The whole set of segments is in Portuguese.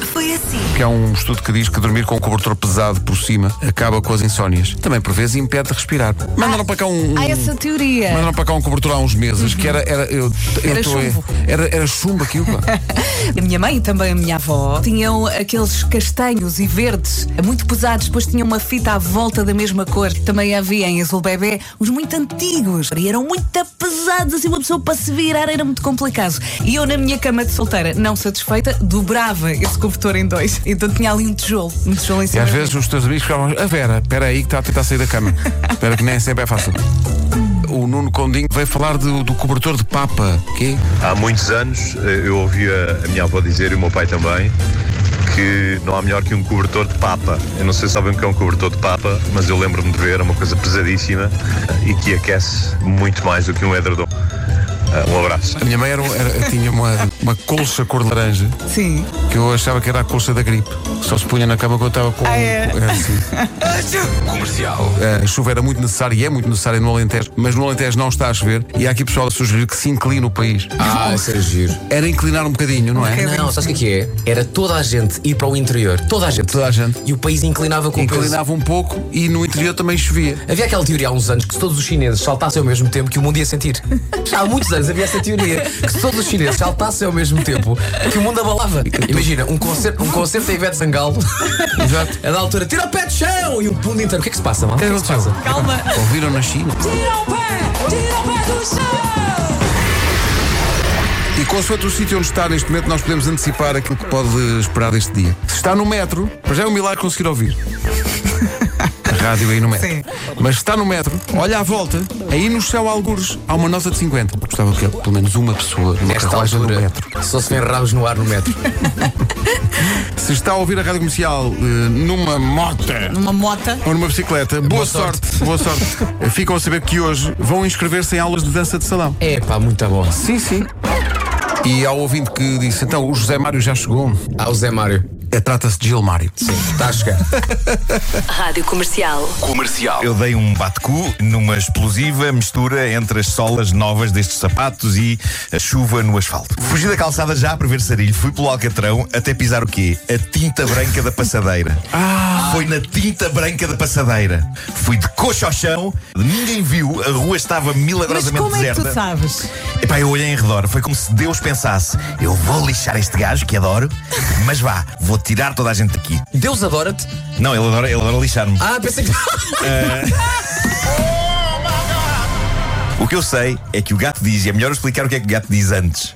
Porque há um estudo que diz que dormir com um cobertor pesado por cima acaba com as insónias. Também, por vezes, impede de respirar. Mandaram para cá um. Há essa teoria. Mandaram para cá um cobertor há uns meses que era. Era, eu, eu Era tô- chumbo. Era, era chumbo aquilo, pá. A minha mãe e também a minha avó tinham aqueles castanhos e verdes É muito pesados, depois tinham uma fita à volta da mesma cor. Também havia em azul bebê uns muito antigos e eram muito pesados, assim uma pessoa para se virar era muito complicado. E eu na minha cama de solteira, não satisfeita, dobrava esse cobertor em dois. Então tinha ali um tijolo, um tijolo em E cima. às do vezes os teus amigos ficavam. A Vera, espera aí que está a tentar sair da cama. Espera que nem sempre é fácil. O Nuno Condinho veio falar do, do cobertor de papa. Quê? Há muitos anos eh, eu ouvia a minha avó dizer e o meu pai também que não há melhor que um cobertor de papa. Eu não sei se sabem o que é um cobertor de papa, mas eu lembro-me de ver, é uma coisa pesadíssima eh, e que aquece muito mais do que um edredom. Ah, Um abraço. A minha mãe era, era- tinha uma, uma colcha cor de laranja Sim. que eu achava que era a colcha da gripe. que Só se punha na cama quando eu estava com. Ah, é? assim. A Eh, chuva era muito necessária e é muito necessária no Alentejo, mas no Alentejo não está a chover e há aqui pessoal a sugerir que se incline o país. Ah, isso era giro. Era inclinar um bocadinho, não é? Não, não, sabes o que é que é? Era toda a gente ir para o interior. Toda a gente. Toda a gente. E o país inclinava com o peso. Inclinava um pouco e no interior também chovia. Havia aquela teoria há uns anos que se todos os chineses saltassem ao mesmo tempo que o mundo ia sentir. Já há muitos anos havia essa teoria que se todos os chineses saltassem ao mesmo tempo que o mundo abalava. Imagina, um concerto, um concerto da Ivete Sangalo, Exato. a da altura, tira o pé do chão e o mundo inteiro. O que é que se passa, mal? O que é que se passa? Calma. Ouviram na China? Tira o pé, tira o pé do chão. E consoante o sítio onde está neste momento, nós podemos antecipar aquilo que pode esperar deste dia. Se está no metro, para já é um milagre conseguir ouvir. A rádio aí no metro. Sim. Mas se está no metro, olha à volta, aí no céu, algures, há uma nota de 50. Gostava que pelo menos uma pessoa numa Nesta carruagem do altura, metro. só se vêem rabos no ar no metro. Se está a ouvir a rádio comercial eh, numa moto. Numa mota. Ou numa bicicleta, boa, sorte. sorte. boa sorte. Ficam a saber que hoje vão inscrever-se em aulas de dança de salão. É pá, muito bom. Sim, sim. E há um ouvinte que disse: então o José Mário já chegou. Ah, o Zé Mário. É, Trata-se de Gilmário. Sim, está a chegar. Rádio Comercial. Eu dei um bate-cu numa explosiva mistura entre as solas novas destes sapatos e a chuva no asfalto. Fugi da calçada já a prever sarilho, fui pelo Alcatrão até pisar o quê? A tinta branca da passadeira. Ah! Foi na tinta branca da passadeira. Fui de coxa ao chão, ninguém viu, a rua estava Mas milagrosamente como é que deserta. tu sabes? Epá, eu olhei em redor, foi como se Deus pensasse: eu vou lixar este gajo que adoro, mas vá, vou tirar toda a gente daqui. Deus adora-te. Não, ele adora, ele adora lixar-me. Ah, pensei que. O que eu sei é que o gato diz, e é melhor eu explicar o que é que o gato diz antes.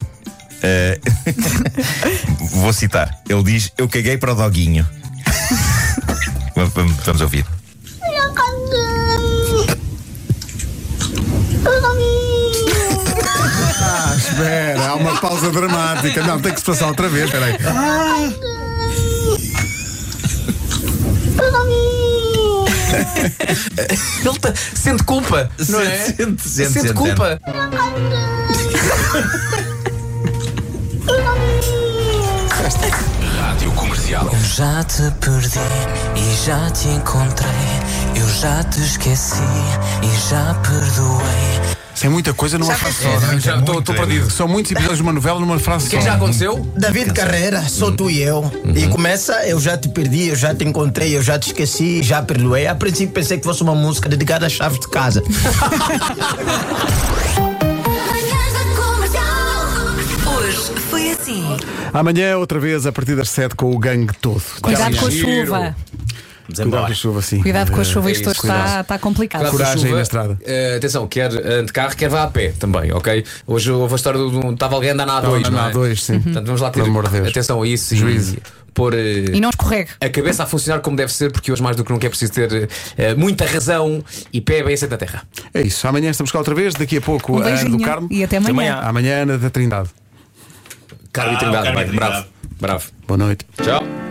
Eh, vou citar. Ele diz: Eu caguei para o doguinho. Vamos- vamos, vamos ouvir. Espera, há uma pausa dramática. Não, tem que se passar outra vez. Espera aí. Ele tá- sente culpa, não é? Sente, sente, sente, culpa. Eu já te perdi e já te encontrei. Eu já te esqueci e já perdoei. Sem muita coisa numa frase só. né? É, já estou muito, estou perdido. São muitos episódios de uma novela numa frase O que é só. que já aconteceu? David Carreira, sou tu e eu. E começa, eu já te perdi, eu já te encontrei, eu já te esqueci, já perdoei. A princípio pensei que fosse uma música dedicada às chaves de casa. Manhãs da comercial. Hoje foi assim. Amanhã, outra vez, a partir das 7 com o gangue todo. Cuidado com a chuva. Cuidado com a chuva, sim. Cuidado Eh, com a chuva, É isto isso, hoje está, cuidado. está complicado. Claro, Coragem chuva, na estrada. eh, atenção, quer eh, de carro, quer vá a pé também, ok? Hoje houve a história de um. Estava alguém a andar na A2. Estava a não andar é? na A2, sim. Uhum. Portanto, vamos lá ter Pelo amor de Deus. atenção a isso Juízo. e pôr. eh, E não escorregue. a cabeça a funcionar como deve ser, porque hoje mais do que nunca é preciso ter eh, muita razão e pé bem assente na terra. É isso. Amanhã estamos cá outra vez. Daqui a pouco Um a Ana do beijinho Carmo. e até amanhã. Amanhã, Ana da Trindade. Carmen Trindade, Carmen bem, Trindade. bravo, bravo. Boa noite. Tchau.